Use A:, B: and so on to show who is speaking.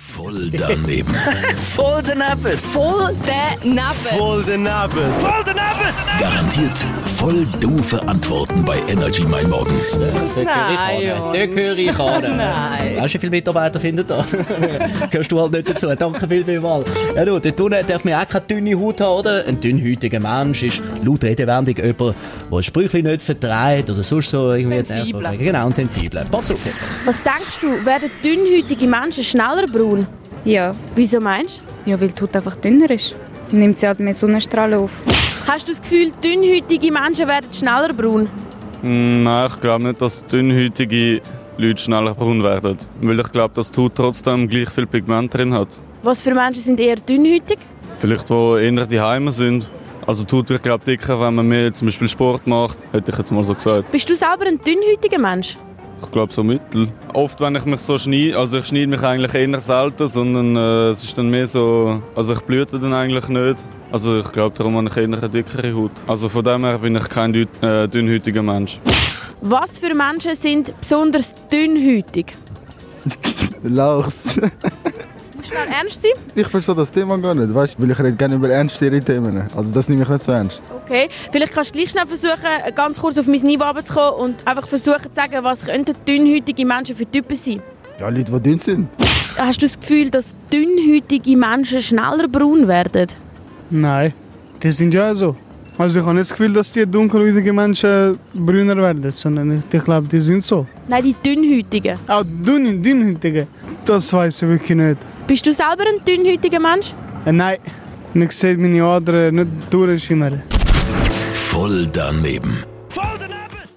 A: Voll daneben.
B: Voll Nappel.
C: Voll daneben.
D: Voll daneben.
B: Voll daneben.
A: Garantiert voll doofe Antworten bei Energy Mein Morgen.
C: Nein, Jonas.
D: Den höre ich an.
C: Nein.
D: Weißt du, wie viele Mitarbeiter finden da? Gehörst du halt nicht dazu. Danke viel, vielmals. Ja, du, dort unten darf man auch keine dünne Haut haben, oder? Ein dünnhäutiger Mensch ist laut Redewendung jemand, der ein Sprüchli nicht vertreibt oder sonst so irgendwie.
C: Sensibler.
D: nervig. Genau, ein Sensibler. Pass auf jetzt.
E: Was denkst du, werden dünnhäutige Menschen schneller braun?
F: Ja,
E: Wieso meinst du?
F: ja weil die Haut einfach dünner ist. Nimmt sie halt mehr Sonnenstrahlen auf.
E: Hast du das Gefühl, dünnhäutige Menschen werden schneller braun?
G: Nein, ich glaube nicht, dass dünnhäutige Leute schneller braun werden. Weil ich glaube, dass die Haut trotzdem gleich viel Pigment drin hat.
E: Was für Menschen sind eher dünnhäutig?
G: Vielleicht, wo eher die Heime sind. Also die Haut wird, glaube ich, dicker, wenn man mehr zum Beispiel Sport macht. Hätte ich jetzt mal so gesagt.
E: Bist du selber ein dünnhäutiger Mensch?
G: Ich glaube, so mittel. Oft, wenn ich mich so schneide, also ich schneide mich eigentlich eher selten, sondern äh, es ist dann mehr so, also ich blühte dann eigentlich nicht. Also ich glaube, darum habe ich eher eine dickere Haut. Also von dem her bin ich kein düt- äh, dünnhäutiger Mensch.
E: Was für Menschen sind besonders dünnhäutig?
H: Lauchs.
E: Schnell ernst sein?
H: Ich verstehe das Thema gar nicht, weißt du? Weil ich rede gerne über ernstere Themen. Also das nehme ich nicht so ernst.
E: Okay. Vielleicht kannst du gleich schnell versuchen, ganz kurz auf mein Niveau runterzukommen und einfach versuchen zu sagen, was könnten dünnhäutige Menschen für Typen sein.
H: Ja, Leute, die dünn sind.
E: Hast du das Gefühl, dass dünnhäutige Menschen schneller braun werden?
I: Nein, die sind ja so. Also ich habe nicht das Gefühl, dass die dunkelhäutigen Menschen brüner werden, sondern ich, ich glaube, die sind so.
E: Nein, die dünnhäutigen.
I: Auch dünn, dünnhäutige, das weiß ich wirklich nicht.
E: Bist du selber ein dünnhäutiger Mensch?
I: Äh, nein, man sieht meine Adern nicht durchschimmern.
A: Voll daneben.